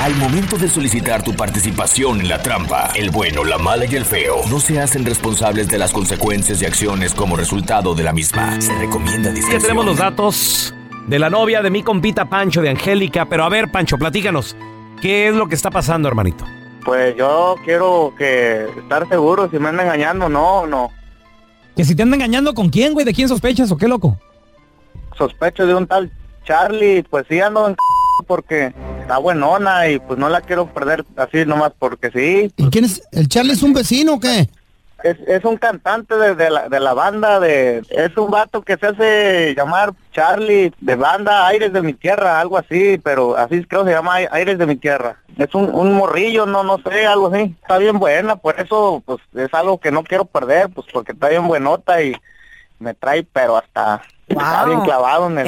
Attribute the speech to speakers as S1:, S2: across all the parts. S1: Al momento de solicitar tu participación en la trampa, el bueno, la mala y el feo no se hacen responsables de las consecuencias y acciones como resultado de la misma. Se recomienda
S2: Ya
S1: discreción.
S2: tenemos los datos de la novia de mi compita Pancho de Angélica, pero a ver, Pancho, platícanos. ¿Qué es lo que está pasando, hermanito?
S3: Pues yo quiero que estar seguro si me anda engañando, no, o no.
S4: Que si te anda engañando, ¿con quién, güey? ¿De quién sospechas o qué, loco?
S3: Sospecho de un tal Charlie, pues sí ando en porque está buenona y pues no la quiero perder así nomás porque sí.
S5: ¿Y quién es? ¿El Charlie es un vecino o qué?
S3: Es, es un cantante de, de la, de la banda, de es un vato que se hace llamar Charlie de banda Aires de mi Tierra, algo así, pero así creo se llama Ai- Aires de mi Tierra. Es un, un morrillo, no no sé, algo así. Está bien buena, por eso pues es algo que no quiero perder, pues porque está bien buenota y me trae, pero hasta está
S6: Wow.
S3: bien clavado en el...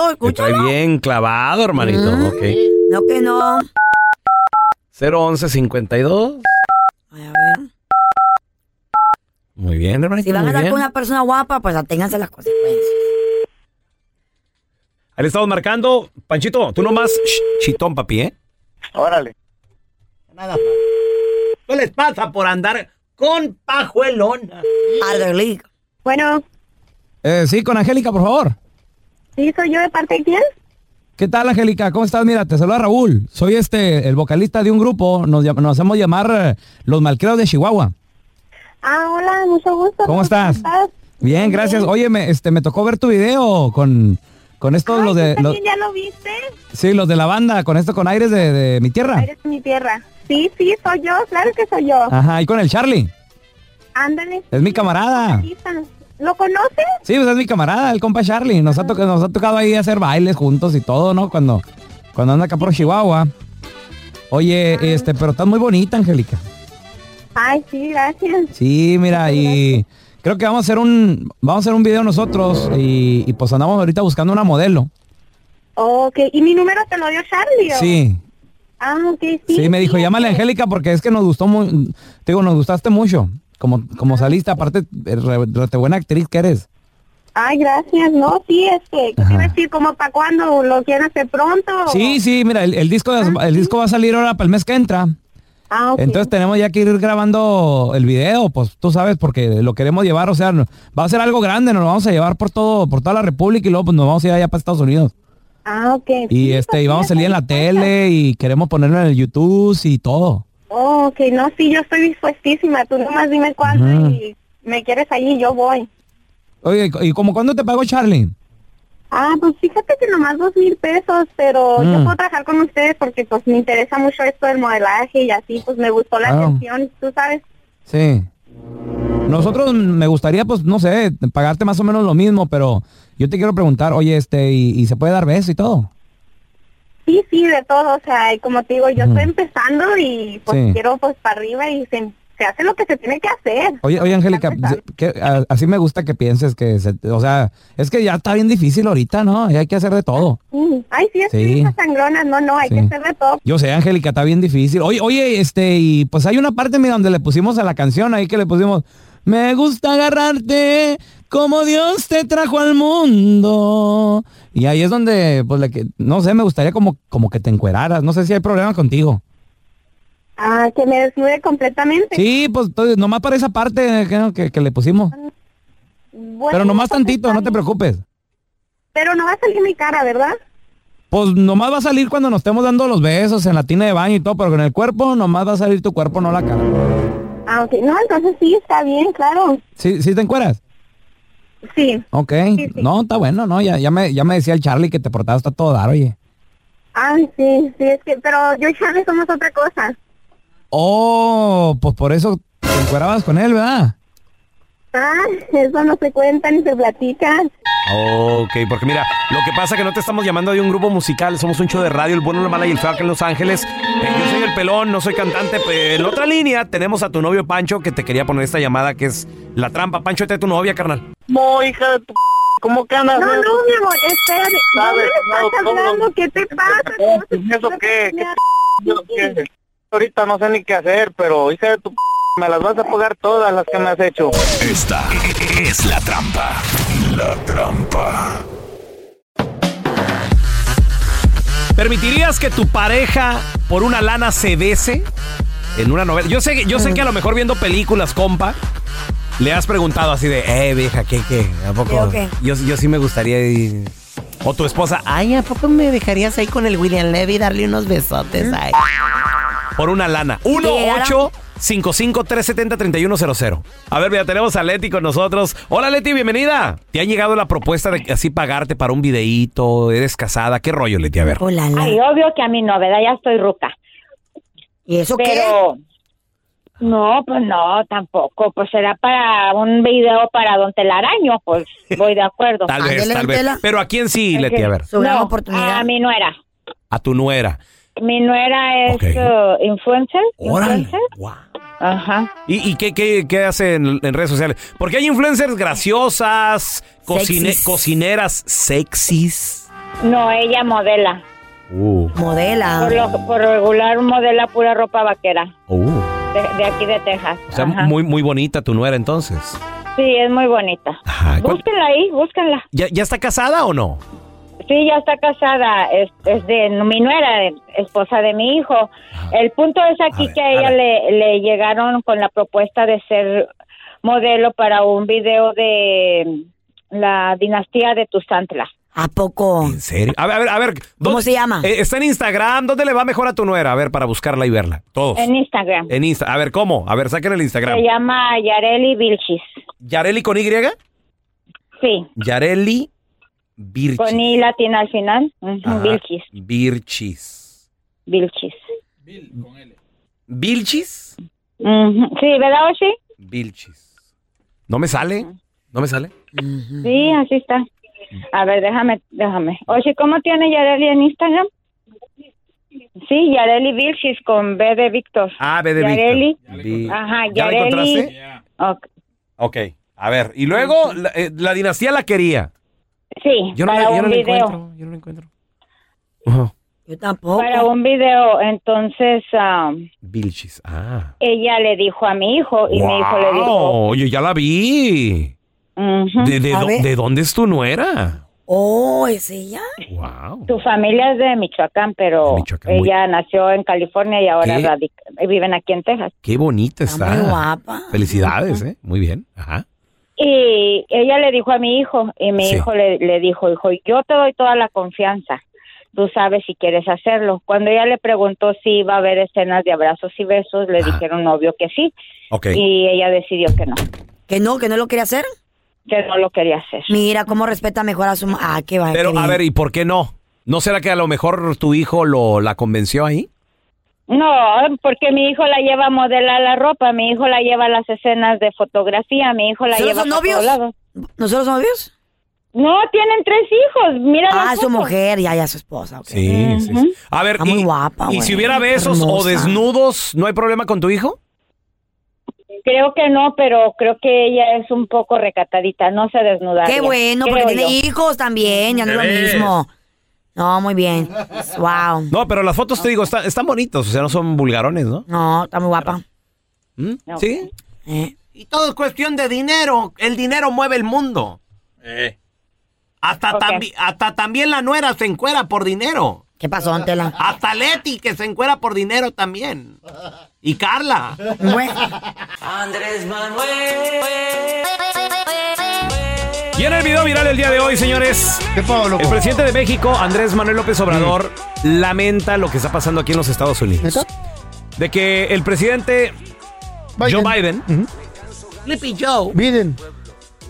S2: Te trae
S6: escúchalo.
S2: bien clavado, hermanito.
S6: Mm.
S2: Ok.
S6: No que no.
S2: 011 52.
S6: Ay, a ver.
S2: Muy bien, hermanito.
S6: Si van a
S2: muy
S6: estar
S2: bien.
S6: con una persona guapa, pues aténganse a las consecuencias.
S2: Ahí le estamos marcando. Panchito, tú nomás. sh- chitón, papi, ¿eh?
S3: Órale.
S2: ¿Qué les pasa por andar con pajuelona?
S6: Other League.
S7: Bueno,
S4: Eh, sí, con Angélica, por favor.
S7: sí, soy yo de parte de quién?
S4: ¿Qué tal, Angélica? ¿Cómo estás? Mira, te saluda Raúl. Soy este, el vocalista de un grupo. Nos, llam- nos hacemos llamar eh, Los Malcriados de Chihuahua.
S7: Ah, hola, mucho gusto.
S4: ¿Cómo estás? Bien, gracias. Oye, me, este, me tocó ver tu video con, con estos,
S7: Ay,
S4: los
S7: ¿tú
S4: de... los-
S7: también ya lo viste?
S4: sí, los de la banda, con esto, con Aires de, de mi tierra.
S7: Eres mi tierra. Sí, sí, soy yo, claro que soy yo.
S4: Ajá, y con el Charlie.
S7: Ándale.
S4: Ah. Es mi camarada.
S7: Aquí está. ¿Lo conoces?
S4: Sí, pues es mi camarada, el compa Charlie. Nos ha, toca- nos ha tocado ahí hacer bailes juntos y todo, ¿no? Cuando, cuando anda acá por Chihuahua. Oye, este, pero estás muy bonita, Angélica.
S7: Ay, sí, gracias.
S4: Sí, mira, y creo que vamos a hacer un, vamos a hacer un video nosotros y, y pues andamos ahorita buscando una modelo.
S7: Ok, ¿y mi número te lo dio Charlie? o?
S4: Sí,
S7: Ah, ok, sí.
S4: sí, me dijo, llámale a Angélica porque es que nos gustó muy, te digo, nos gustaste mucho. Como, como saliste, aparte, eh, re- re buena actriz que eres.
S7: Ay, gracias. No, sí, este, ¿qué te iba a
S4: Ajá.
S7: decir? ¿Cómo para cuándo? ¿Lo quieren hacer pronto?
S4: Sí, sí, mira, el, el disco, el disco va a salir ahora para el mes que entra.
S7: Ah, ok.
S4: Entonces tenemos ya que ir grabando el video, pues tú sabes, porque lo queremos llevar, o sea, no- va a ser algo grande, nos lo vamos a llevar por todo, por toda la República y luego pues, nos vamos a ir allá para Estados Unidos.
S7: Ah, ok.
S4: Y
S7: Sí,
S4: este,
S7: pues,
S4: y vamos a
S7: sí,
S4: salir en la
S7: estoy
S4: tele y queremos ponerlo en el YouTube y todo.
S7: Oh, ok, no, sí, yo estoy dispuestísima. Tú nomás dime cuándo
S4: Ajá.
S7: y me quieres allí, yo voy.
S4: Oye, ¿y co- ¿y como cuándo te pagó Charlie?
S8: Ah, pues fíjate que nomás dos mil pesos, pero yo
S7: Mm.
S8: puedo trabajar con ustedes porque pues me interesa mucho esto del modelaje y así, pues me gustó la
S7: Ah.
S8: atención, tú sabes.
S7: Sí. Nosotros me gustaría, pues, no sé, pagarte más o menos lo mismo, pero yo te quiero preguntar, oye, este, ¿y, y se puede dar beso y todo?
S8: Sí, sí, de todo, o sea, y como te digo, yo
S7: Ujú.
S8: estoy empezando y pues
S7: Mm. Sí.
S8: quiero pues para arriba y se, se hace lo que se tiene que hacer.
S7: Oye, oye, Angélica,
S8: Para empezar.
S7: yo- que- a- así me gusta que pienses que, se- o sea, es que ya está bien difícil ahorita, ¿no? Y hay que hacer de todo.
S8: Mm, Ay, sí, es
S7: Sí.
S8: que esas sangronas, no, no, hay
S7: Sí.
S8: que hacer de todo.
S7: Yo sé, Angélica, está bien difícil. Oye, oye, este, y pues hay una parte, mira, donde le pusimos a la canción, ahí que le pusimos, me gusta agarrarte como Dios te trajo al mundo. Y ahí es donde, pues, le que, no sé, me gustaría como, como que te encueraras. No sé si hay problema contigo.
S8: Ah, que me desnude completamente.
S7: Sí, pues, entonces, nomás para esa parte eh, que, que- que le pusimos.
S8: Bueno,
S7: Pero nomás
S8: pues,
S7: tantito,
S8: está
S7: no te
S8: bien.
S7: preocupes.
S8: Pero no va a salir mi cara, ¿verdad?
S7: Pues nomás va a salir cuando nos estemos dando los besos en la tina de baño y todo, pero con el cuerpo nomás va a salir tu cuerpo, no la cara.
S8: Ah, ok. No, entonces sí, está bien, claro.
S7: ¿Sí, sí te encueras?
S8: Sí.
S7: Ok,
S8: Sí, sí.
S7: no, está bueno, no, ya, ya, me, ya me decía el Charlie que te portabas hasta todo dar, oye.
S8: Ay, sí, sí, es que, pero yo y Charlie somos otra cosa.
S7: Oh, pues por eso te encuerabas con él, ¿verdad?
S8: Ah, eso no se cuenta ni se platica.
S4: Ok, porque mira, lo que pasa es que no te estamos llamando de un grupo musical, somos un show de radio, el bueno, la mala y el feo acá en Los Ángeles. Eh, yo soy el pelón, no soy cantante. pero en otra línea tenemos a tu novio Pancho que te quería poner esta llamada que es la trampa. Pancho, esta es tu novia, carnal.
S3: No, hija de tu... ¿Cómo que andas?
S8: No, no, mi amor, espérate. ¿No me
S3: Sabes, no,
S8: estás
S3: ¿cómo?
S8: hablando? ¿Qué te pasa?
S3: Eh,
S8: ¿Cómo
S3: pues,
S8: se-
S3: ¿Eso
S8: no
S3: qué?
S8: te-
S3: ¿Qué Yo que ahorita no sé ni qué hacer, pero hija de tu... p- Me las vas a pagar todas las que me has hecho.
S9: Esta es la trampa. La trampa.
S4: ¿Permitirías que tu pareja por una lana se bese en una novela? Yo sé, que- yo sé que a lo mejor viendo películas, compa, le has preguntado así de, eh, vieja, ¿qué, qué? ¿A poco?
S6: ¿Qué,
S4: Yo, yo sí me gustaría ir". O tu esposa, ay, ¿a poco me dejarías ahí con el William Levy darle unos
S2: ¿Mm?
S4: besotes ahí? Por una lana. 1
S6: Llegara.
S4: 8 55 370 3100 A ver, mira, tenemos a Leti con nosotros. Hola, Leti, bienvenida. ¿Te ha llegado la propuesta de así pagarte para un videíto? ¿Eres casada? ¿Qué rollo, Leti? A ver.
S6: Hola, la.
S8: Ay, obvio que a mí no, ¿verdad? Ya estoy ruca.
S6: ¿Y eso qué?
S8: Pero... No, pues no, tampoco. Pues será para un video para Don Telaraño, pues voy de acuerdo.
S4: Tal vez,
S6: Ándele,
S4: tal
S6: don
S4: vez.
S6: Tela.
S4: Pero ¿a quién sí, Leti? A ver.
S6: Su gran
S8: No,
S6: oportunidad.
S8: A mi nuera.
S4: A tu nuera.
S8: Mi nuera es
S4: Ok.
S8: eh, influencer.
S4: Órale.
S8: influencer.
S4: Guau.
S8: Ajá.
S4: ¿Y, y qué, qué, qué hace en, en redes sociales? Porque hay influencers graciosas, cocine-
S6: Sexys.
S4: cocineras sexys. Uh,
S8: No, ella modela. Por,
S6: Modela.
S8: lo, por regular modela pura ropa vaquera
S4: Uh.
S8: de, de aquí de Texas.
S4: O sea,
S8: Ajá.
S4: muy, muy bonita tu nuera entonces.
S8: Sí, es muy bonita.
S4: Ajá, ¿cuán-
S8: Búsquenla ahí, búsquenla.
S4: ¿Ya, ya está casada o no?
S8: Sí, ya está casada, es, es de mi nuera, de- esposa de mi hijo. El punto es aquí
S4: ver,
S8: que
S4: Ah. a
S8: a ella
S4: ver.
S8: le, le llegaron con la propuesta de ser modelo para un video de la dinastía de Tuzantla.
S6: ¿A poco?
S4: ¿En serio? A ver, a ver, a ver. ¿dónde-
S6: se llama?
S4: Eh, está en Instagram. ¿Dónde le va mejor a tu nuera? A ver, para buscarla y verla. Todos.
S8: En Instagram.
S4: En Insta. A ver, ¿cómo? A ver, saquen el Instagram.
S8: Se llama Yareli Vilchis.
S4: ¿Yareli con Y?
S8: Sí,
S4: Yareli Virchis.
S8: con I latina al final. Ujú,
S4: Ajá,
S8: Vilchis,
S4: Virchis.
S8: Vilchis.
S4: ¿Vilchis?
S8: Ujú, Sí, ¿verdad, Oshi?
S4: Vilchis. ¿No me sale? ¿No me sale?
S8: Sí, así está. A ver, déjame, déjame. Oye, ¿cómo tiene Yareli en Instagram? Sí, Yareli Vilchis con B de Víctor.
S4: Ah, B de
S8: Yareli.
S4: Víctor. Vi-
S8: Ajá,
S4: ¿Ya la
S8: Yareli.
S4: encontraste?
S8: Ok,
S4: Ok. A ver, y luego la, eh, la dinastía la quería.
S8: Sí,
S4: Yo no,
S8: para
S4: la- yo
S8: un
S4: no la
S8: video.
S4: encuentro. Yo no la encuentro. Ujú.
S6: Yo tampoco.
S8: Para un video. Entonces, ah,
S4: Vilchis. Ah.
S8: ella le dijo a mi hijo y mi hijo le dijo.
S4: Wow, Oye, ya la vi.
S8: ujú,
S4: ¿De, de
S6: A
S4: dó-
S6: ver.
S4: de dónde es tu nuera?
S6: Oh, ¿es ella?
S4: Wow.
S8: Tu familia es de Michoacán, pero
S4: De Michoacán, muy-
S8: ella nació en California y ahora
S4: ¿Qué?
S8: radica- eh, viven aquí en Texas.
S4: Qué bonita
S6: Está
S4: está.
S6: muy guapa.
S4: Felicidades, ¿eh? Muy bien. Ajá.
S8: Y ella le dijo a mi hijo, y mi
S4: Sí.
S8: hijo le, le dijo, hijo, yo te doy toda la confianza, tú sabes si quieres hacerlo. Cuando ella le preguntó si iba a haber escenas de abrazos y besos, le
S4: Ajá.
S8: dijeron obvio que sí,
S4: Ok.
S8: y ella decidió que no.
S6: ¿Que no? ¿Que no lo quería hacer?
S8: que no lo quería hacer.
S6: Mira cómo respeta mejor a su... ma- Ah, qué va.
S4: Pero, a ver, ¿y por qué no? ¿No será que a lo mejor tu hijo lo, la convenció ahí?
S8: No, porque mi hijo la lleva a modelar la ropa, mi hijo la lleva a las escenas de fotografía, mi hijo la
S6: ¿Ustedes
S8: lleva
S6: son
S8: pa'
S6: novios?
S8: todos lados.
S6: ¿Nosotros novios?
S8: No, tienen tres hijos, mira
S6: Ah,
S8: las
S6: su
S8: fotos.
S6: mujer, ya, ya, su esposa. ok.
S4: Sí, sí, sí. A ver, y, y si
S6: güey.
S4: hubiera besos o
S6: Hermosa.
S4: desnudos, ¿no hay problema con tu hijo?
S8: Creo que no, pero creo que ella es un poco recatadita, no se desnuda.
S6: Qué bueno, porque tiene hijos también, ya no es lo
S4: ¿Ves?
S6: mismo. No, muy bien. Wow.
S4: No, pero las fotos, te digo, está- están bonitos, o sea, no son vulgarones, ¿no?
S6: No, está muy guapa.
S4: ¿Mm? ¿Sí?
S2: Eh. Y todo es cuestión de dinero. El dinero mueve el mundo. Hasta,
S6: Ok.
S2: tambi- hasta también la nuera se encuera por dinero.
S6: ¿Qué pasó, Antela?
S2: Hasta Leti que se encuera por dinero también. Y Carla.
S10: Andrés Manuel.
S4: Y en el video viral el día de hoy, señores, el presidente de México, Andrés Manuel López Obrador, lamenta lo que está pasando aquí en los Estados Unidos. De que el presidente Joe Biden
S2: Sleepy Joe.
S11: Biden.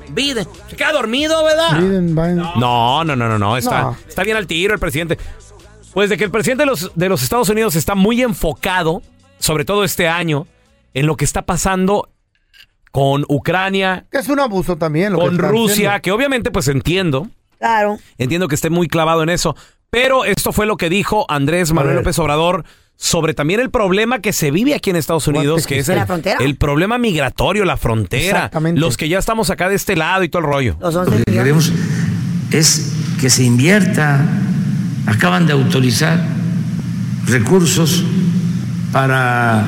S2: Biden. Se queda dormido, ¿verdad?
S11: Biden, Biden.
S4: No, no, no, no, no. Está,
S11: No.
S4: está bien al tiro el presidente. Pues de que el presidente de los, de los Estados Unidos está muy enfocado, sobre todo este año, en lo que está pasando con Ucrania,
S11: Que es un abuso también. Lo que
S4: con
S11: están
S4: Rusia, que obviamente pues entiendo,
S6: Claro.
S4: entiendo que esté muy clavado en eso, pero esto fue lo que dijo Andrés Manuel López Obrador sobre también el problema que se vive aquí en Estados Unidos, que es el,
S6: ¿La frontera?
S4: el problema migratorio, la frontera,
S6: Exactamente.
S4: los que ya estamos acá de este lado y todo el rollo.
S6: Lo
S12: que queremos es que se invierta. Acaban de autorizar recursos para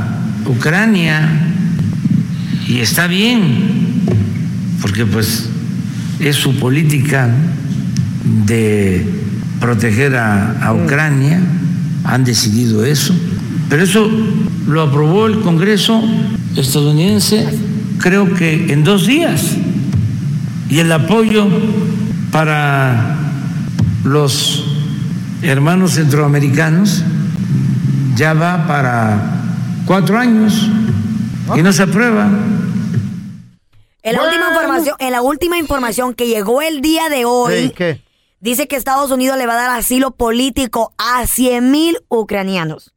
S12: Ucrania y está bien, porque pues es su política de proteger a, a Ucrania, han decidido eso, pero eso lo aprobó el Congreso estadounidense creo que en dos días y el apoyo para los hermanos centroamericanos ya va para cuatro años y no se aprueba.
S6: En la, última información, en la última información que llegó el día de hoy,
S11: Ey, ¿qué?
S6: dice que Estados Unidos le va a dar asilo político a 100 mil ucranianos.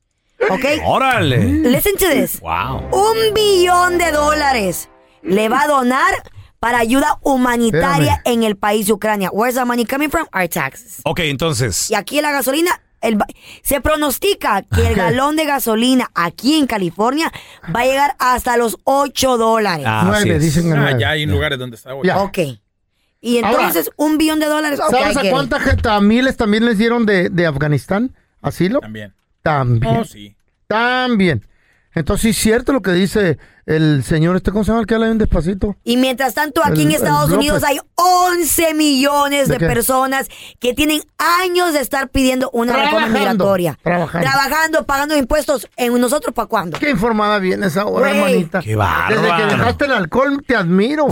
S6: ¿Ok? Mm.
S4: Órale.
S6: Listen to this.
S4: Wow.
S6: Un billón de dólares le va a donar para ayuda humanitaria en el país de Ucrania. Where's the money coming from? Our taxes.
S4: Ok, entonces,
S6: Y aquí la gasolina, el ba- se pronostica que el galón de gasolina aquí en California va a llegar hasta los 8 dólares.
S13: Ah, Nueve, así es. dicen que nueve.
S14: ya hay lugares donde está, güey.
S6: Ok. Y entonces un billón de dólares. ok, I
S11: ¿Sabes
S6: get
S11: a
S6: it.
S11: cuántas gente- a miles también les dieron de, de Afganistán asilo?
S14: También.
S11: También.
S14: Oh, sí.
S11: También. Entonces sí es cierto lo que dice el señor, este cómo se llama el que habla bien despacito.
S6: Y mientras tanto, aquí
S11: El-
S6: en
S11: el
S6: Estados
S11: López.
S6: Unidos hay 11 millones de,
S11: ¿De qué?
S6: personas que tienen años de estar pidiendo una reforma
S11: Trabajando,
S6: migratoria.
S11: trabajando.
S6: Trabajando, pagando impuestos. ¿En nosotros para cuándo?
S11: Qué informada vienes ahora,
S6: Güey.
S11: hermanita.
S4: Qué bárbaro.
S11: Desde que dejaste el alcohol, te admiro.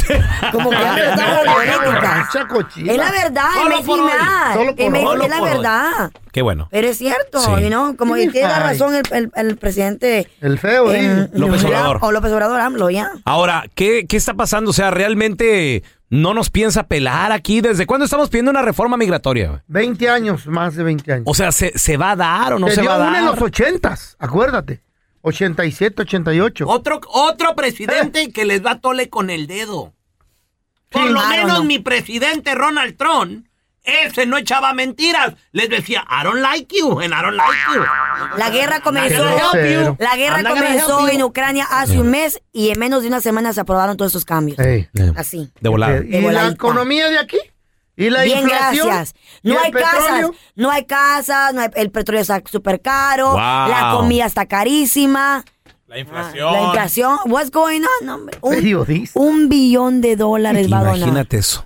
S6: Como que ya te estaba volviendo, cara.
S11: Chacochina.
S6: Es la verdad,
S11: Solo
S6: es
S11: por hoy. Solo por hoy.
S6: es la verdad.
S4: qué bueno.
S6: Pero es cierto,
S4: Sí.
S6: you know, como
S11: Sí,
S6: que tiene la
S11: ay.
S6: razón el, el- el presidente.
S11: El feo,
S6: eh,
S4: López
S6: ya,
S4: Obrador.
S6: O López Obrador, AMLO, ya.
S4: Ahora, ¿qué, ¿qué está pasando? O sea, ¿realmente no nos piensa pelar aquí? ¿Desde cuándo estamos pidiendo una reforma migratoria?
S11: 20 años, más de 20 años.
S4: O sea, ¿se, se va a dar o no se,
S11: dio
S4: va a
S11: una
S4: dar?
S11: en los 80s, acuérdate. 87, 88.
S2: Otro, otro presidente que les da tole con el dedo. Por lo
S11: I don't
S2: menos
S11: know.
S2: mi presidente Ronald Trump, ese no echaba mentiras. Les decía, I don't like you, and I don't like you.
S6: Ah, La guerra comenzó,
S2: I'm not gonna help you.
S6: la
S2: I'm
S6: guerra
S2: not gonna
S6: comenzó
S2: help you.
S6: en Ucrania hace un mes y en menos de una semana se aprobaron todos estos cambios. Así.
S4: De volada.
S11: ¿Y la economía de aquí? ¿Y la
S6: Bien,
S11: inflación?
S6: gracias.
S11: ¿Y
S6: No
S11: el
S6: hay casas,
S11: petróleo?
S6: no hay casas, no hay- el petróleo está súper caro,
S11: Wow.
S6: la comida está carísima,
S14: La inflación.
S6: la inflación, what's going on, hombre? Un,
S4: Periodista.
S6: un billón de dólares va a donar.
S4: Imagínate eso.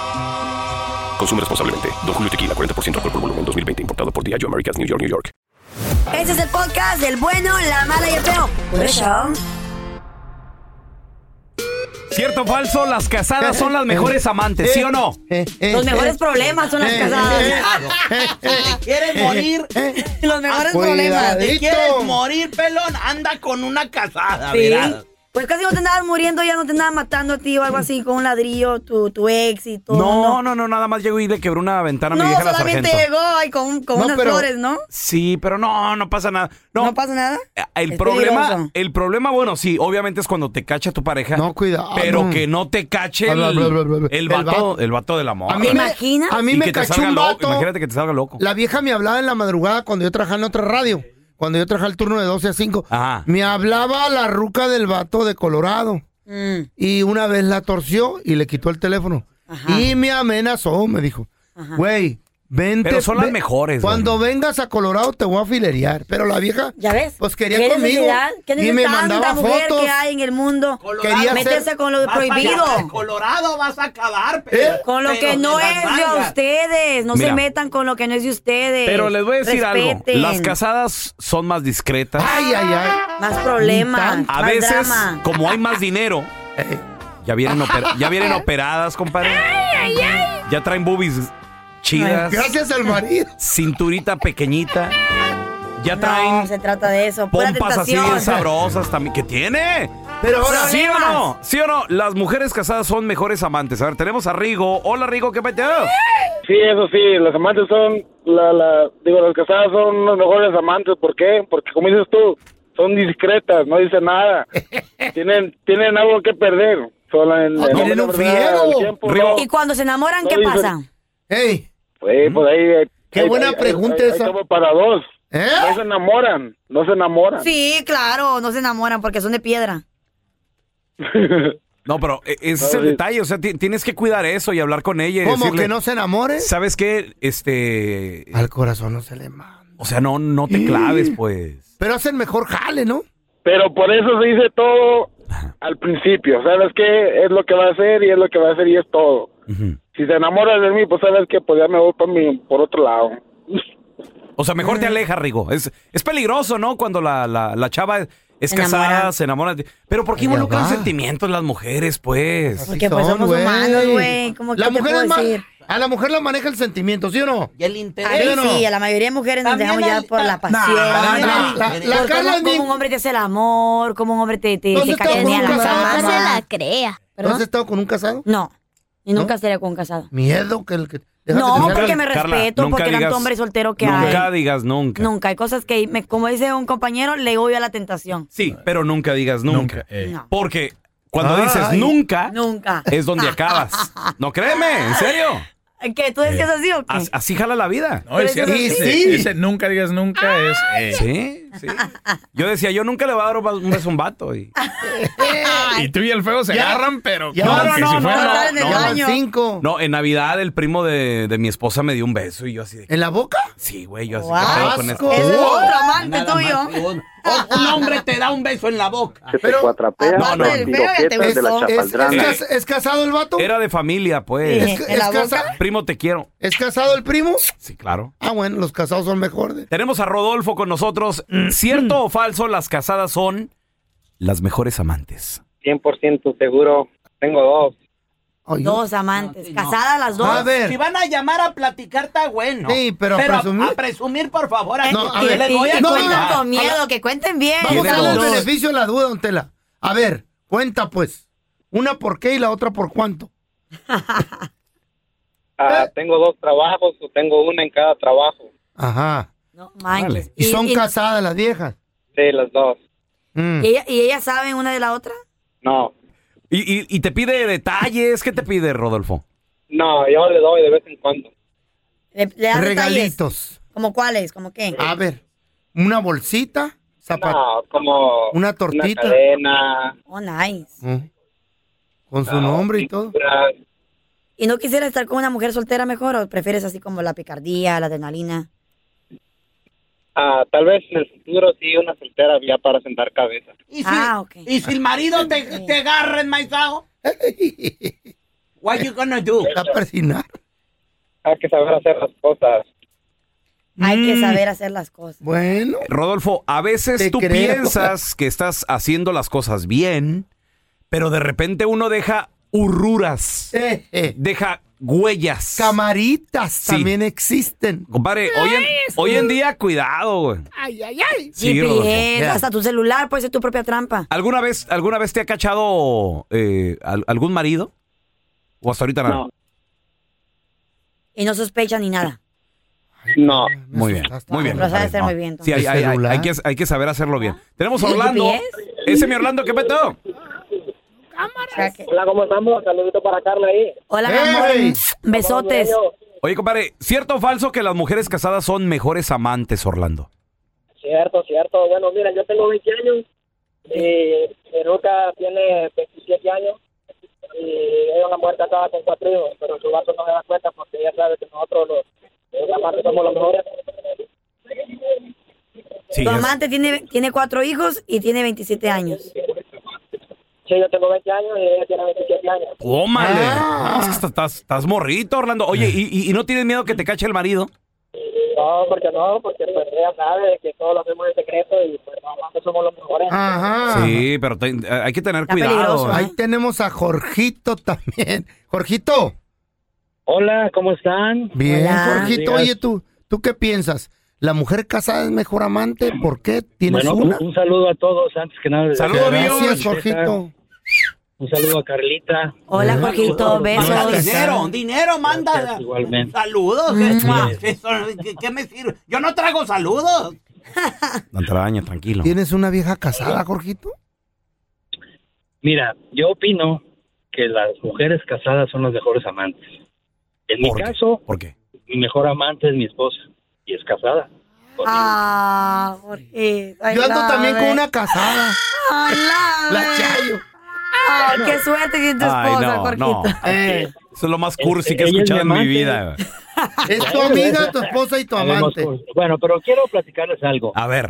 S15: Consume responsablemente. Don Julio Tequila, 40% alcohol por volumen, 2020. Importado por Diageo Americas, New York, New York.
S6: Ese es el podcast del bueno, la mala y el feo. Por eso.
S4: ¿Cierto o falso? Las casadas son las mejores amantes, ¿sí o no? eh, Ah,
S6: Los mejores problemas son las casadas. Ah,
S2: ¿Quieres morir?
S6: Los mejores problemas.
S2: ¿Te quieres morir, pelón? Anda con una casada, verás.
S6: Pues casi no te andabas muriendo, ya no te andabas matando a ti o algo así con un ladrillo, tu, tu ex y todo.
S4: No, no, no, nada más llegó y le quebró una ventana a mi
S6: No,
S4: vieja la
S6: solamente
S4: sargento.
S6: llegó ay, con, un- con
S4: No,
S6: unas
S4: pero-
S6: flores, ¿no?
S4: Sí, pero no, no pasa nada. No,
S6: ¿No pasa nada?
S4: Eh, El
S6: Es
S4: problema,
S6: peligroso.
S4: el problema, bueno, sí, obviamente es cuando te cacha tu pareja. No,
S11: cuidado. ah,
S4: Pero que no te cache el,
S11: Bla, bla, bla, bla, bla.
S4: el
S11: El
S4: vato,
S11: vato.
S4: el vato del amor.
S11: A mí me- imaginas? a mí me cachó un vato.
S4: Imagínate que te salga loco.
S11: La vieja me hablaba en la madrugada cuando yo trabajaba en otra radio. Cuando yo trabajaba el turno de 12 a 5. Me hablaba la ruca del vato de Colorado.
S6: Mm.
S11: Y una vez la torció y le quitó el teléfono. Y me amenazó, me dijo. Güey, vente.
S4: Pero son las
S11: ve-
S4: mejores,
S11: Cuando vengas a Colorado te voy a filerear. Pero la vieja.
S6: ¿Ya ves?
S11: Pues quería
S6: ¿Qué
S11: conmigo.
S6: necesidad? ¿Qué
S11: y
S6: necesidad
S11: me
S6: tanta
S11: mandaba
S6: mujer
S11: fotos.
S6: que hay en el mundo?
S11: Quería
S6: Meterse
S11: ser-
S6: con lo
S11: Vas para allá,
S6: prohibido.
S11: de
S2: Colorado vas a acabar,
S6: Con lo que no es de ustedes. No se
S4: ¿Eh? Mira.
S6: metan con lo que no es de ustedes.
S4: Pero les voy a decir algo.
S6: Respeten.
S4: Las casadas son más discretas.
S11: Ay, ay, ay.
S6: Más problemas.
S4: A
S6: más
S4: veces,
S6: drama.
S4: como hay más dinero,
S11: Eh.
S4: ya vienen, opera- ya vienen operadas, compadre. Ya traen boobies chidas.
S11: Ay, gracias al marido.
S4: Cinturita pequeñita. Ya traen
S6: No, se trata de eso. Pura
S4: pompas así
S6: tentación.
S4: bien sabrosas también. ¿Qué tiene?
S11: Pero ahora-
S4: ¿Sí o
S11: Problemas.
S4: no? ¿Sí o no? Las mujeres casadas son mejores amantes. A ver, tenemos a Rigo. Hola, Rigo, ¿qué peteo?
S16: Sí, eso sí, los amantes son, la, la, digo, las casadas son los mejores amantes, ¿por qué? Porque como dices tú, son discretas, no dicen nada, tienen, tienen algo que perder. Solo en, en-
S6: Tienen
S16: en-
S6: un
S16: verdad, al tiempo, no.
S6: Y cuando se enamoran, ¿qué
S16: No, dice-
S6: pasa?
S16: Sí, pues ahí...
S6: Mm. Qué buena pregunta esa. ¿Eh?
S16: como para dos. No se enamoran, no se enamoran.
S6: Sí, claro, no se enamoran porque son de piedra.
S4: No, pero eh, ese es el detalle. O sea, ti- tienes que cuidar eso y hablar con ella. y
S11: ¿Cómo?
S4: decirle,
S11: ¿Que no se enamore?
S4: ¿Sabes qué? Este.
S11: Al corazón no se le manda.
S4: O sea, no, no te claves, pues.
S11: Pero hacen mejor jale, ¿no?
S16: Pero por eso se dice todo al principio. ¿Sabes qué? Es lo que va a hacer y es lo que va a hacer y es todo. Si se enamora de mí, pues sabes que pues ya me voy por, mi, por otro lado.
S4: O sea, mejor te alejas, Rigo. Es, es peligroso, ¿no? Cuando la, la, la chava es
S16: Se
S4: casada,
S16: enamora.
S4: se enamora. de- Pero ¿por qué involucran sentimientos las mujeres, pues?
S6: Porque, pues, somos humanos, güey. ¿Cómo que
S11: La
S6: te
S11: mujer
S6: puedo
S11: es ma-
S6: decir?
S11: A la mujer la maneja el sentimiento, ¿sí o no?
S2: Y el
S6: A mí sí, a la mayoría de mujeres nos
S11: También
S6: dejamos llevar
S11: el-
S6: por la
S11: Nah,
S6: pasión.
S11: nah, nah, la-
S6: por
S11: la Carla
S6: cómo,
S11: ni-
S6: cómo un hombre te hace el amor, cómo un hombre te, te,
S11: ¿No
S6: te
S11: has estado
S6: cacanea
S11: con un
S6: la
S11: casado,
S6: cama.
S11: No se la
S6: crea.
S11: ¿No has estado con un casado?
S6: No. Y nunca estaría con un casado.
S11: Miedo que el que.
S6: No,
S11: Déjate
S6: porque
S11: tener-
S6: me
S4: Carla,
S6: respeto,
S4: nunca
S6: porque
S4: digas-
S6: tanto hombre soltero que hay.
S4: Nunca digas nunca.
S6: Nunca. Hay cosas que, me- como dice un compañero, le huyo a la tentación.
S4: Sí, pero nunca digas nunca. Porque cuando
S2: Ay.
S4: dices nunca,
S6: Nunca.
S4: es donde acabas. No créeme, en serio.
S6: ¿Qué? ¿Tú decías así o qué?
S4: As- Así jala la vida.
S14: No, es cierto. Ese, ese nunca digas nunca es. eh.
S4: Sí. Sí. Yo decía, yo nunca le voy a dar un beso a un vato. Y,
S14: Y tú y el feo se agarran, pero.
S4: ya
S14: como
S4: van-
S14: que
S4: no,
S14: si
S4: no,
S14: fuera-
S4: no, no, no,
S14: van
S4: no.
S14: cinco.
S4: No, en Navidad el primo de, de mi esposa me dio un beso y yo así de...
S11: ¿En la boca?
S4: Sí, güey, yo así
S2: Guau.
S4: ¿qué pedo con
S2: Asco.
S4: esto?
S2: Ese es otro
S6: amante tuyo.
S2: Un hombre te da un beso en la boca.
S16: Se te cuatrapea
S4: No, ah, no.
S16: con piroquetas de la chapaldrana.
S11: casado el vato?
S4: Era de familia, pues.
S11: Sí, ¿Es- ¿en es la boca? casa-
S4: Primo, te quiero.
S11: ¿Es casado el primo?
S4: Sí, claro.
S11: Ah, bueno, los casados son mejores.
S4: Tenemos a Rodolfo con nosotros. ¿Cierto
S6: Mm.
S4: o falso? Las casadas son las mejores amantes.
S17: 100% seguro. Tengo dos.
S6: Dos amantes, casadas las dos.
S2: No, Si van a llamar a platicar, está bueno.
S6: Sí, pero a presumir.
S2: A presumir, por favor. aquí.
S11: No, a
S2: Yo
S11: ver.
S2: les voy a
S11: No, no,
S2: contar.
S11: no, no.
S6: Con miedo, que cuenten bien.
S11: Vamos a darle el
S6: Dos.
S11: beneficio de la duda, don Tela. A ver, cuenta pues. Una por qué y la otra por cuánto.
S17: Ah, tengo dos trabajos, o tengo una en cada trabajo.
S11: Ajá.
S6: manches.
S11: Y, son
S6: y-
S11: casadas las viejas.
S17: Sí, las dos.
S6: ¿Y ella- ¿Y ellas saben una de la otra?
S17: No.
S4: ¿Y, y- y te pide detalles? ¿Qué te pide, Rodolfo?
S17: No, yo le doy de vez en cuando.
S6: ¿Le, le das detalles?
S11: Regalitos.
S6: ¿Como cuáles? ¿Como qué?
S11: A ver, una bolsita, zapatos.
S17: No, como
S11: Una tortita.
S17: Una cadena.
S6: Oh, nice.
S11: Con su nombre y todo.
S6: ¿Y no quisiera estar con una mujer soltera mejor o prefieres así como la picardía, la adrenalina?
S17: Ah, tal vez en el futuro sí una soltera ya para sentar cabeza.
S2: ¿Y si,
S6: Ah,
S2: y si el marido te, te agarra enmaizado? What you gonna do?
S17: Hay Ah, que saber hacer las cosas.
S6: Hay que saber hacer las cosas.
S11: Bueno.
S4: Rodolfo, a veces
S6: Te
S4: tú
S6: creo.
S4: piensas que estás haciendo las cosas bien, pero de repente uno deja urruras,
S6: Eh,
S4: deja huellas.
S11: Camaritas también existen.
S4: Compadre, hoy en, hoy en día, cuidado, güey.
S11: Ay, ay, ay.
S4: Sí,
S6: GPS,
S4: Rodolfo. Ya.
S6: hasta tu celular puede ser tu propia trampa.
S4: ¿Alguna vez, alguna vez te ha cachado eh, al- algún marido? ¿O hasta ahorita nada?
S6: No. Y no sospecha ni nada.
S17: No.
S4: Muy bien, muy bien.
S6: Lo
S4: compadre,
S6: sabe hacer
S4: no.
S6: muy bien.
S4: Sí, hay, hay- hay- hay que, hay que saber hacerlo bien. Tenemos a Orlando. Ese mi Orlando, ¿qué petó?
S17: Hola, ¿cómo estamos? Saludito para Carla ahí.
S6: Hola, mi amor. Besotes.
S4: Oye, compadre, ¿cierto o falso que las mujeres casadas son mejores amantes, Orlando?
S17: Cierto, cierto. Bueno, mira, yo tengo 20 años y Veruca tiene 27 años y ella es una mujer casada con cuatro hijos, pero su vato no se da cuenta porque ella sabe que nosotros los, los amantes somos los mejores.
S4: Sí,
S6: tu amante tiene, tiene cuatro hijos y tiene 27 años.
S17: Sí, yo tengo 20 años y ella tiene 27 años.
S4: ¡Tómale! Es que estás- Estás, estás morrito, Orlando. Oye, ¿y, y- y no tienes miedo que te cache el marido?
S17: No, porque no, porque pues ella sabe que todos lo hacemos en secreto y pues los amantes somos los mejores.
S11: Ah, Ajá.
S4: Sí, pero te- hay que tener cuidado. ¿eh?
S2: ¿eh?
S11: Ahí tenemos a Jorgito también. Jorgito.
S17: Hola, ¿cómo están?
S11: Bien,
S17: Hola.
S11: Jorgito.
S17: Buenos
S11: Oye,
S17: días.
S11: tú, ¿tú qué piensas? ¿La mujer casada es mejor amante? ¿Por qué Ah. tienes
S17: Bueno,
S11: una?
S17: un, un saludo a todos antes que nada.
S11: Saludos, Gracias,
S17: Gracias,
S11: Jorgito.
S17: Un saludo a Carlita.
S6: Hola, Jorgito, besos.
S2: Dinero, dinero, manda.
S17: Igualmente.
S2: Saludos.
S11: Mm.
S2: ¿Qué, eso- qué- qué me sirve? Yo no trago saludos.
S4: No entraña, tranquilo.
S11: ¿Tienes una vieja casada, Jorgito?
S17: Mira, yo opino que las mujeres casadas son las mejores amantes. En mi caso,
S4: ¿por qué?
S17: Mi mejor amante es mi esposa y es casada.
S6: Ah, Jorge.
S11: Yo ando también con una casada.
S6: La
S11: Chayo.
S6: Ay, qué suerte tiene tu
S4: Ay,
S6: esposa,
S4: no, no.
S6: Jorgito.
S4: Eso es lo más
S17: Eh,
S4: cursi que
S17: ella
S4: he
S17: es mi
S4: escuchado en mi
S17: amante.
S4: vida.
S11: Es tu amiga, tu esposa y tu amante.
S17: Bueno, pero quiero platicarles algo. Ah,
S4: A ver.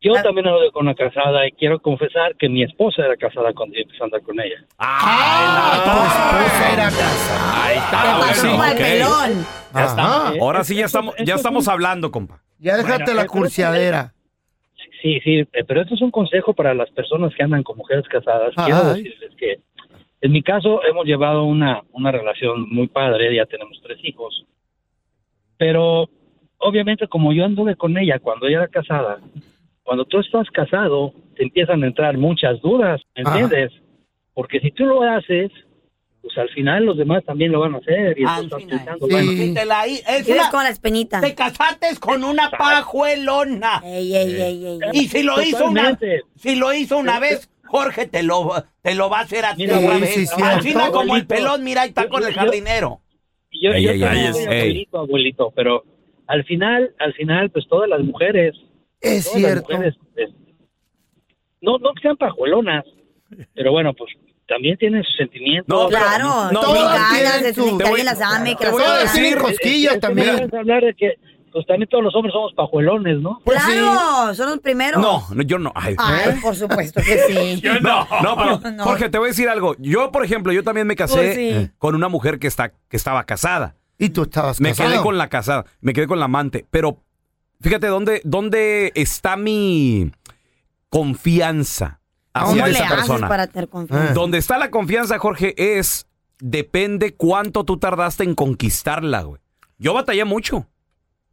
S17: yo
S6: Ah.
S17: también ando con una casada y quiero confesar que mi esposa era casada cuando yo empecé a andar con ella.
S4: Ahí está,
S17: Te
S4: ahora
S17: pasó
S4: sí.
S17: pa'l
S4: Ah, ok.
S17: pelón.
S4: Ya está.
S17: Ajá.
S4: Ahora sí ya estamos, ya estamos hablando, compa.
S11: Ya déjate
S17: Bueno,
S11: la
S17: eh, pero-
S11: cursiadera.
S17: Sí, sí, eh, pero esto es un consejo para las personas que andan con mujeres casadas. Quiero
S11: Ay.
S17: decirles que en mi caso hemos llevado una, una relación muy padre, ya tenemos tres hijos. Pero obviamente como yo anduve con ella cuando ella era casada, cuando tú estás casado te empiezan a entrar muchas dudas, ¿me
S18: Ajá.
S17: ¿entiendes? Porque si tú lo haces, pues al final los demás también lo van a hacer y tú estás pensando, bueno,
S2: Y te la- es
S6: Vives
S2: una-
S6: con las penitas.
S2: Te casaste con una pajuelona. Y si lo hizo una,
S17: Totalmente. Este-
S2: si lo hizo una vez, Jorge te lo, te lo va a hacer a ti
S17: Mira,
S2: otra
S17: sí,
S2: vez.
S17: sí, sí,
S2: Así no
S17: cierto.
S2: como el
S17: Abuelito.
S2: pelón, mira, ahí está con el
S17: Yo- yo-
S2: jardinero.
S17: Y Yo,
S4: Ey,
S17: yo
S4: ey,
S17: también
S4: ey,
S17: soy
S4: ey.
S17: abuelito, abuelito, pero Al final, al final, pues todas las mujeres.
S11: Es
S17: cierto. no, no que sean pajuelonas, pero bueno, pues también tienen sus sentimientos.
S6: claro, no, ganas, de que las ame, que las ame.
S17: Es que me vas a hablar de que, pues también todos los hombres somos pajuelones, ¿no?
S2: Pues
S6: Claro, son los primeros.
S4: No, no, yo no. Ay.
S6: Ay, por supuesto que sí.
S4: no, no, pero,
S6: No.
S4: Jorge, te voy a decir algo. Yo, por ejemplo, yo también me casé
S6: Pues sí.
S4: eh, con una mujer que, está, que estaba casada.
S11: Y tú estabas
S4: Me
S11: casado.
S4: quedé con la casada, me quedé con la amante. Pero fíjate, ¿dónde, dónde está mi confianza
S6: ¿Cómo
S4: hacia
S6: le
S4: esa
S6: haces
S4: persona?
S6: para tener
S11: Ah.
S2: Eh.
S6: confianza?
S4: Donde está la confianza, Jorge, es depende cuánto tú tardaste en conquistarla, güey. Yo batallé mucho.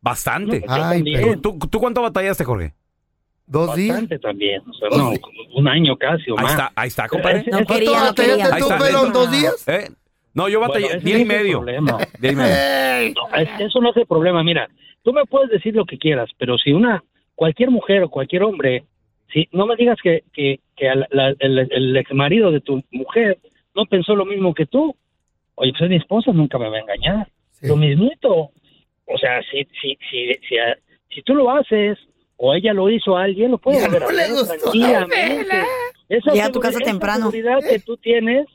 S4: Bastante.
S17: No, pues yo Ay, también.
S4: ¿Tú, tú- tú cuánto batallaste, Jorge?
S11: Dos
S17: Bastante también. O sea, no, un año casi o
S4: Ahí
S17: más.
S4: está, ahí está, compadre.
S11: Eh,
S17: Ese- No ese- quería, no quería.
S4: Ahí está,
S17: ¿Tú, pelón,
S4: ¿eh?
S17: dos días?
S4: ¿Eh? No, yo batallé
S17: Bueno, ese
S4: diez
S17: no es
S4: y
S17: el
S4: medio.
S17: problema.
S4: Diez y medio.
S17: No, es- eso no es el problema. Mira, tú me puedes decir lo que quieras, pero si una, cualquier mujer o cualquier hombre, si no me digas que, que, que al- la- el, el ex marido de tu mujer no pensó lo mismo que tú. Oye, pues es mi esposa, nunca me va a engañar. Lo mismito. O sea, si, si, si, si, a- si tú lo haces o ella lo hizo a alguien, lo puedes volver a hacer tranquilamente. Esa
S6: Llega a tu
S17: seguri-
S6: casa
S17: esa
S6: temprano.
S17: seguridad que tú tienes,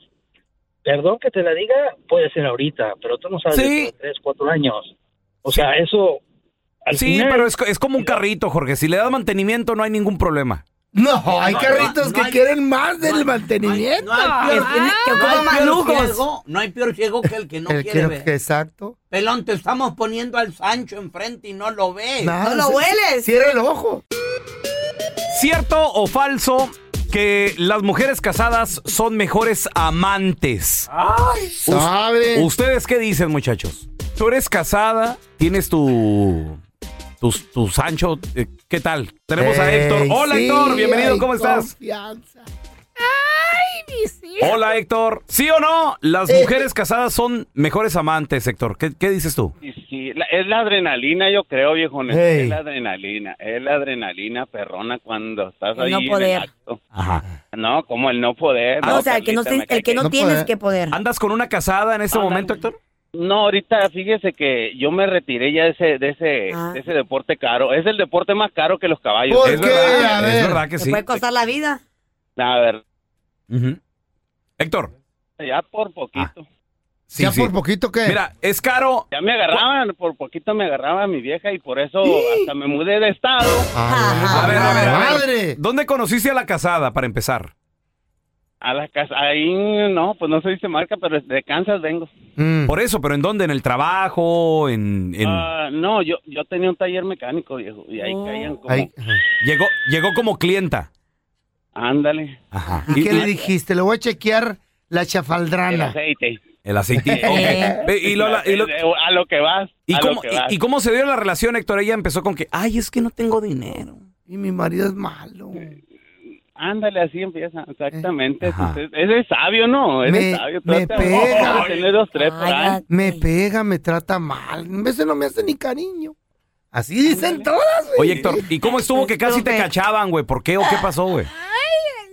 S17: perdón que te la diga, puede ser ahorita, pero tú no sabes
S4: Sí.
S17: dentro de tres, cuatro años. O sea, eso. al
S4: Sí,
S17: final-
S4: pero es, co- es como un carrito, Jorge. Si le das mantenimiento, no hay ningún problema.
S11: No, hay carritos que quieren más del
S2: No
S11: mantenimiento.
S2: hay peor,
S11: que
S2: no
S11: ocupa
S2: hay
S11: más
S2: peor
S11: lujos.
S2: ciego, no hay peor ciego que el que no
S11: El
S2: quiere
S11: quiero
S2: ver.
S11: que- exacto.
S2: Pelón, te estamos poniendo al Sancho enfrente y no lo ves.
S11: Nada, se- Cierra el ojo.
S4: ¿Cierto o falso que las mujeres casadas son mejores amantes? Us-
S11: sabe.
S4: ¿Ustedes qué dicen, muchachos? Tú eres casada, tienes tu. Tu, tu Sancho, eh, ¿qué tal? Tenemos a
S11: Ey,
S4: Héctor. Hola
S11: sí,
S4: Héctor, bienvenido,
S11: hay
S4: ¿cómo estás?
S11: confianza.
S4: Hola Héctor. ¿Sí o no? Las
S18: Eh.
S4: mujeres casadas son mejores amantes, Héctor. ¿Qué, qué dices tú?
S18: Sí, la- es la adrenalina, yo creo, viejo. Neto,
S4: Ey.
S18: Es la adrenalina, es la adrenalina perrona cuando estás
S6: El
S18: ahí.
S6: no
S18: en el
S6: poder.
S18: acto. No, como el no poder.
S6: Ah, o sea, el que no,
S18: permítame,
S6: tienes- el que no tienes
S18: poder.
S6: que poder.
S4: ¿Andas con una casada en este momento, Héctor?
S18: No, ahorita fíjese que yo me retiré ya de ese, de ese,
S6: Ah.
S18: de ese deporte caro. Es el deporte más caro que los caballos.
S4: ¿Por Es qué? verdad, A es ver. verdad que
S6: Te puede costar la vida.
S18: A ver,
S4: Héctor.
S18: ya por poquito.
S4: Sí, sí.
S11: poquito que.
S4: Mira, Ah, es caro.
S18: Ya me agarraban, por poquito me agarraba mi vieja y por eso hasta me mudé de estado.
S11: Ah,
S4: Ah,
S11: pues,
S4: A ver, a ver, a ver. ¿Dónde conociste a la casada para empezar?
S18: A la casa, ahí no, pues no se dice marca, pero de Kansas vengo.
S4: Mm.
S11: Mm.
S4: Por eso, pero ¿en dónde? ¿En el trabajo? ¿En.? en-
S18: Ah, no, yo, yo tenía un taller mecánico, viejo, y ahí caían como...
S4: Ahí- Llegó, llegó como clienta.
S18: Ándale.
S4: Ajá.
S11: ¿Y qué le dijiste? Le voy a chequear la
S18: El
S11: chafaldrana.
S18: aceite. eh,
S4: El aceite. Ok. Ve, Y, Lola, y lo-
S18: A lo que vas.
S4: ¿y
S18: a lo
S4: cómo,
S18: que
S4: y-
S18: vas.
S4: y cómo se dio la relación, Héctor? Ella empezó con que, ay, es que no tengo dinero.
S11: Y mi marido es malo.
S18: Ándale, así empieza, exactamente. Entonces, Ese es sabio, ¿no? Ese
S11: Me-
S18: es sabio.
S11: me
S18: trata de-
S11: pega.
S18: de tener dos, tres por ahí.
S11: Me pega, me trata mal. A veces no me hace ni cariño. Así dicen todas, güey.
S4: Oye, Héctor, ¿y cómo estuvo que casi te cachaban, güey? ¿Por qué o qué pasó, güey?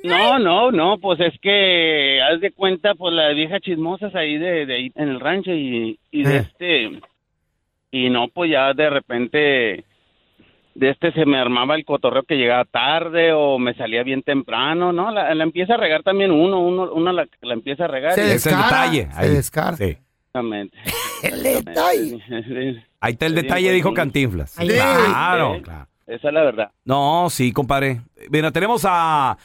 S18: No, no, no, pues es que haz de cuenta, pues las viejas chismosas ahí de, de ahí en el rancho y, y de
S4: Eh.
S18: este, y no, pues ya de repente, de este se me armaba el cotorreo que llegaba tarde o me salía bien temprano, ¿no? La, la empieza a regar también uno, uno, uno la, la empieza a regar.
S4: Ese
S18: y-
S4: es el detalle. Ahí. Sí.
S18: Exactamente. pues
S11: El detalle.
S4: Ahí está el detalle, dijo Cantinflas.
S18: Sí.
S4: Claro,
S18: Sí.
S4: claro.
S18: Esa es la verdad.
S4: No, sí, compadre. Mira, tenemos a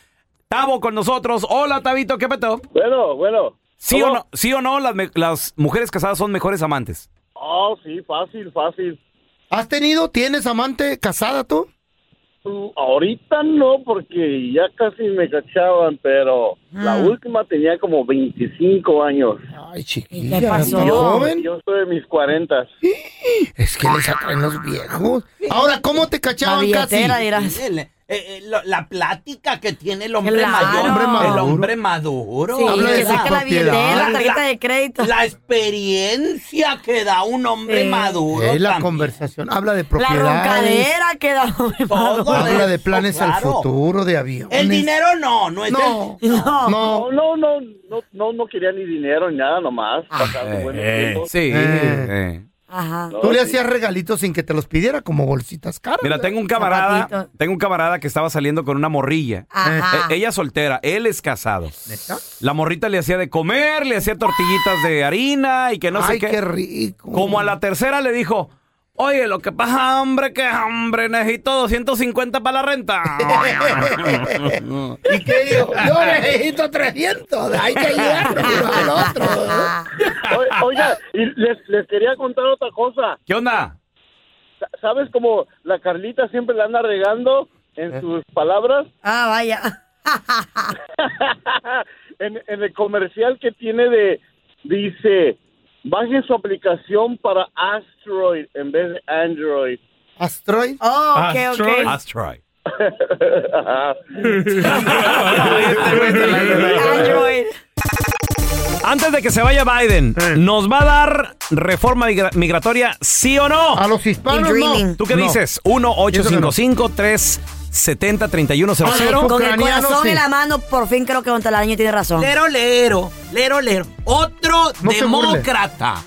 S4: Tavo con nosotros. Hola, Tabito, ¿qué petó?
S19: Bueno, bueno.
S4: ¿Sí o
S19: ¿Cómo?
S4: no, sí o no las, me- las mujeres casadas son mejores amantes?
S19: Ah, sí, fácil, fácil.
S11: ¿Has tenido, tienes amante casada tú?
S19: Mm, Ahorita no, porque ya casi me cachaban, pero la última tenía como 25 años.
S11: Ay, chiquilla.
S19: ¿Qué
S11: ¿tan joven?
S19: Yo estoy en mis 40.
S11: Es que les atraen los viejos. Ahora, ¿cómo te cachaban casi?
S2: El- eh, eh, lo- la plática que tiene el hombre
S11: Claro.
S2: mayor.
S11: Hombre
S2: El
S11: maduro.
S2: hombre maduro.
S6: Sí, Habla de que su saca la
S2: la
S6: propiedad. billetera, la tarjeta de crédito.
S2: La experiencia que da un hombre
S11: Sí.
S2: maduro.
S11: Es la conversación. Habla de
S6: La
S11: Eh, propiedades.
S6: roncadera queda
S11: Habla de planes al futuro, de aviones.
S2: El dinero no, no es
S11: No.
S2: el-
S11: No.
S19: No, no, no,
S11: Ah.
S19: no, no, no quería ni dinero ni nada nomás. pasar buenos tiempos.
S4: Eh, sí.
S11: Eh.
S4: eh.
S6: Ajá.
S11: Tú le hacías regalitos sin que te los pidiera, como bolsitas caras.
S4: Mira, tengo un camarada,
S11: Zapatitos.
S4: tengo un camarada que estaba saliendo con una morrilla.
S11: Ajá.
S4: Eh, ella soltera, él es casado. La morrita le hacía de comer, le hacía tortillitas de harina y que no sé
S11: Ay,
S4: qué.
S11: qué rico.
S4: Como a la tercera le dijo, oye, lo que pasa, hombre, que hombre, necesito 250 para la renta.
S11: ¿Y qué dijo? Yo necesito 300. Hay que ayudarme uno al otro.
S19: O- Oiga, y les, les quería contar otra cosa.
S4: ¿Qué onda?
S19: Sa- ¿Sabes cómo la Carlita siempre la anda regando
S4: Eh.
S19: en sus palabras?
S6: Ah, vaya.
S19: en, en el comercial que tiene de... Dice, baje su aplicación para Asteroid en vez de Android.
S11: ¿Asteroid?
S6: Oh,
S4: ok, ok. Asteroid. Asteroid. Antes de que se vaya Biden, ¿nos va a dar reforma migra- migratoria sí o no? A
S11: los hispanos no.
S4: ¿Tú qué
S11: No.
S4: dices?
S6: Con el,
S4: 1-855-370-3100.
S6: con el corazón en la mano, por fin creo que Don Telaraño tiene razón.
S2: Lero, lero, lero, lero. Otro demócrata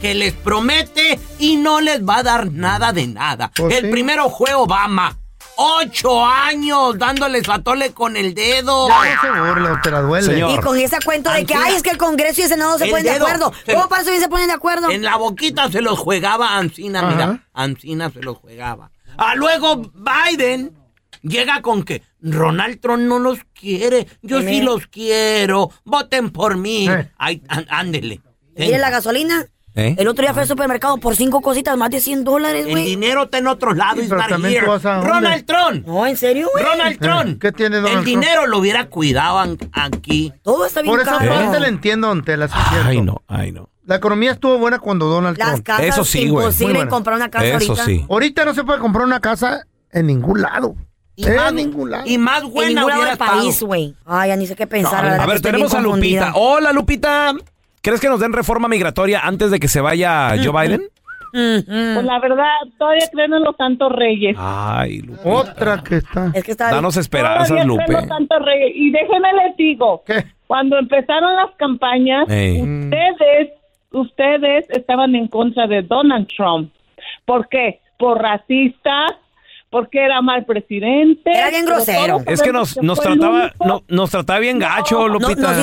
S2: que les promete y no les va a dar nada de nada.
S11: Oh,
S2: el primero fue Obama. Ocho años dándoles batole con el dedo.
S11: Ya no se burla, te la duele.
S6: Y con esa cuenta de que, ay, es que el Congreso y el Senado no se
S2: El
S6: ponen de
S2: dedo,
S6: acuerdo.
S2: se-
S6: ¿Cómo para eso bien se ponen de acuerdo?
S2: En la boquita se los jugaba Ancina, mira. Ancina se los jugaba. Ah, luego Biden llega con que Ronald Trump no los quiere. Yo sí
S6: Mire.
S2: los quiero. Voten por mí.
S6: Eh.
S2: Ay, á- ándele.
S6: Mire la gasolina.
S4: ¿Eh?
S6: El otro día fue al supermercado por cinco cositas, más de 100 dólares,
S2: El
S6: güey.
S2: dinero está en otros lados.
S6: Sí, pero
S2: it's not
S6: también
S2: here.
S6: tú vas a- ¿dónde?
S2: Ronald Trump.
S6: No, ¿en serio, güey?
S2: Ronald Trump.
S11: ¿Eh? ¿Qué tiene Donald
S2: El
S11: Trump?
S2: dinero lo hubiera cuidado an- aquí.
S6: Todo está
S11: Por esa parte
S4: caro.
S11: le entiendo, don Tela, sí es cierto.
S4: Ay, no, ay, no.
S11: La economía estuvo buena cuando Donald
S6: Las
S11: Trump.
S6: casas, Eso sí, güey. imposible
S11: Muy buena.
S6: comprar una casa Eso ahorita. sí.
S11: Ahorita no se puede comprar una casa en ningún lado. en ningún lado.
S2: Y más
S6: En ningún lado del país, güey. Ay, ya ni sé qué pensar. la verdad
S4: A
S6: que
S4: ver,
S6: estoy
S4: tenemos a
S6: bien confundida.
S4: Lupita. Hola, Lupita. ¿Crees que nos den reforma migratoria antes de que se vaya Joe Biden?
S20: Pues la verdad, todavía creen en los santos reyes.
S4: Ah, Ay, Lupita.
S11: Otra que está.
S20: Es que está
S4: Danos esperanzas, Lupe.
S20: los santos reyes. Y déjenme les digo, cuando empezaron las campañas,
S4: Ey.
S20: ustedes, ustedes estaban en contra de Donald Trump. ¿Por qué? Por racista, porque era mal presidente.
S6: Era bien
S20: pero
S6: grosero.
S20: todos
S4: Es que
S20: sabemos
S4: nos, nos
S20: fue el
S4: trataba, no- nos trataba bien gacho, Lupita.
S20: El único que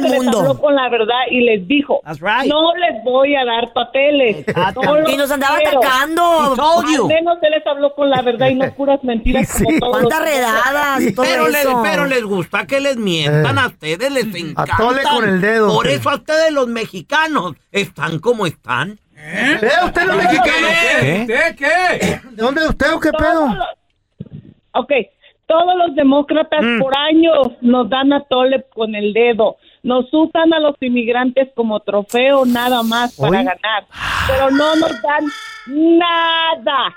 S20: les habló con la verdad y les dijo, no les voy a dar papeles. no los
S6: Y nos andaba
S20: quiero".
S6: atacando. He told you.
S20: Al menos se les habló con la verdad y no puras mentiras. como todos
S6: ¿Cuántas
S20: los otros.
S6: redadas? Todo
S2: Pero les,
S6: eso.
S2: pero les gusta que les mientan a ustedes, les encanta.
S11: Atole Eh. con el dedo.
S2: Por eso a ustedes los mexicanos están como están.
S11: ¿Eh? ¿Usted los mexicanos?
S2: ¿Qué?
S20: ¿Eh?
S11: ¿Usted qué? ¿De dónde es usted o qué pedo?
S20: Ok, todos los demócratas
S6: Mm.
S20: por años nos dan a Tole con el dedo. Nos usan a los inmigrantes como trofeo nada más para
S6: Hoy-
S20: ganar, pero no nos dan nada.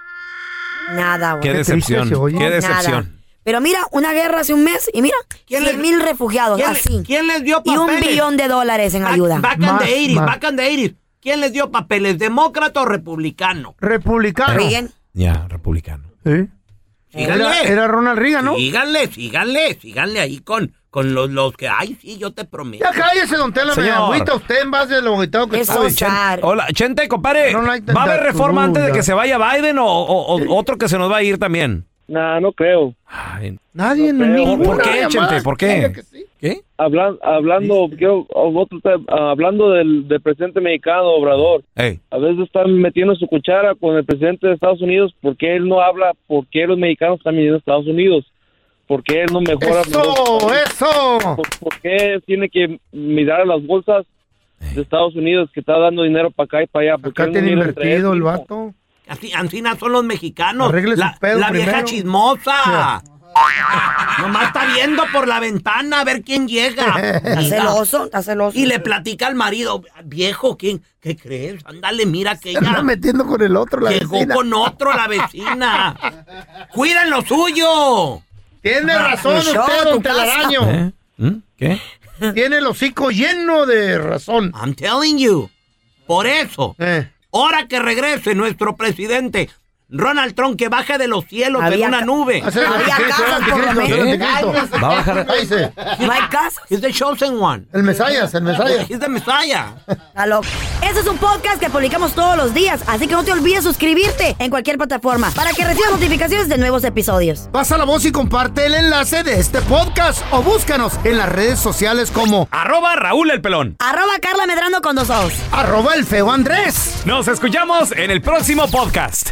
S6: Nada, güey.
S4: Oh, Qué decepción, qué decepción.
S6: Pero mira, una guerra hace un mes y mira, 100 mil refugiados,
S2: quién le-
S6: así.
S2: ¿Quién les dio
S6: Y un
S2: papeles?
S6: billón de dólares en ayuda.
S2: Back and the 80s, back and the 80s. ¿Quién les dio papeles? ¿Demócrata o republicano?
S11: Republicano.
S2: Reagan.
S4: Ya, republicano.
S11: ¿Eh? Era, era Ronald Reagan, ¿no?
S2: Síganle, síganle, síganle ahí con, con los, los que. Ay, sí, yo te prometo.
S11: Ya cállese, don Tela, me
S4: Señor.
S11: agüita usted en base de lo agüitado que está.
S4: Oye, Chen- hola, Chente, compadre.
S11: I don't like
S4: ¿Va a
S11: that
S4: haber reforma antes de
S11: turula.
S4: que se vaya Biden o, o- o otro que se nos va a ir también?
S19: Nah, no creo.
S11: Nadie,
S19: no creo.
S4: ¿Por, por qué, Chente? ¿Por qué? ¿Qué?
S19: Hablan- hablando, quiero- oh, otro tema, hablando del, del presidente mexicano, Obrador, a veces están metiendo su cuchara con el presidente de Estados Unidos porque él no habla, porque los mexicanos están viniendo a Estados Unidos, porque él no mejora.
S11: ¡Eso! ¡Eso!
S19: Porque tiene que mirar a las bolsas de Estados Unidos que está dando dinero para acá y para allá. Acá
S11: tiene invertido el vato.
S2: Así, Ancina son los mexicanos.
S11: Arregle
S2: la
S11: su pedo
S2: la vieja
S11: primero.
S2: chismosa. Nomás está viendo por la ventana a ver quién llega.
S6: Está celoso, está celoso.
S2: Y le platica al marido, viejo, ¿quién, ¿qué crees? Ándale, mira que
S11: Está
S2: ella
S11: metiendo con el otro la
S2: llegó
S11: vecina.
S2: con otro la vecina. ¡Cuiden lo suyo! ¿Eh?
S11: Tiene
S2: Ah,
S11: razón
S2: tu show,
S11: usted, don
S2: tu casa.
S11: Telaraño.
S4: ¿Qué?
S11: Tiene el hocico lleno de razón. Eh.
S2: I'm telling you. Por eso, ahora que regrese nuestro presidente, Ronald Trump que baja de los cielos en
S10: Había
S2: una
S10: ca-
S2: nube.
S10: Había casas, por lo menos. Va
S2: Cállese.
S10: a bajar- Cállese.
S6: No hay casas.
S2: He's the chosen one.
S11: El Mesías, el Mesías.
S2: He's the Messiah.
S6: Está loco. Este es un podcast que publicamos todos los días, así que no te olvides suscribirte en cualquier plataforma para que recibas notificaciones de nuevos episodios.
S11: Pasa la voz y comparte el enlace de este podcast o búscanos en las redes sociales como
S4: Arroba Raúl el Pelón.
S6: Arroba Carla Medrano con dos ojos.
S11: arroba el feo Andrés.
S4: Nos escuchamos en el próximo podcast.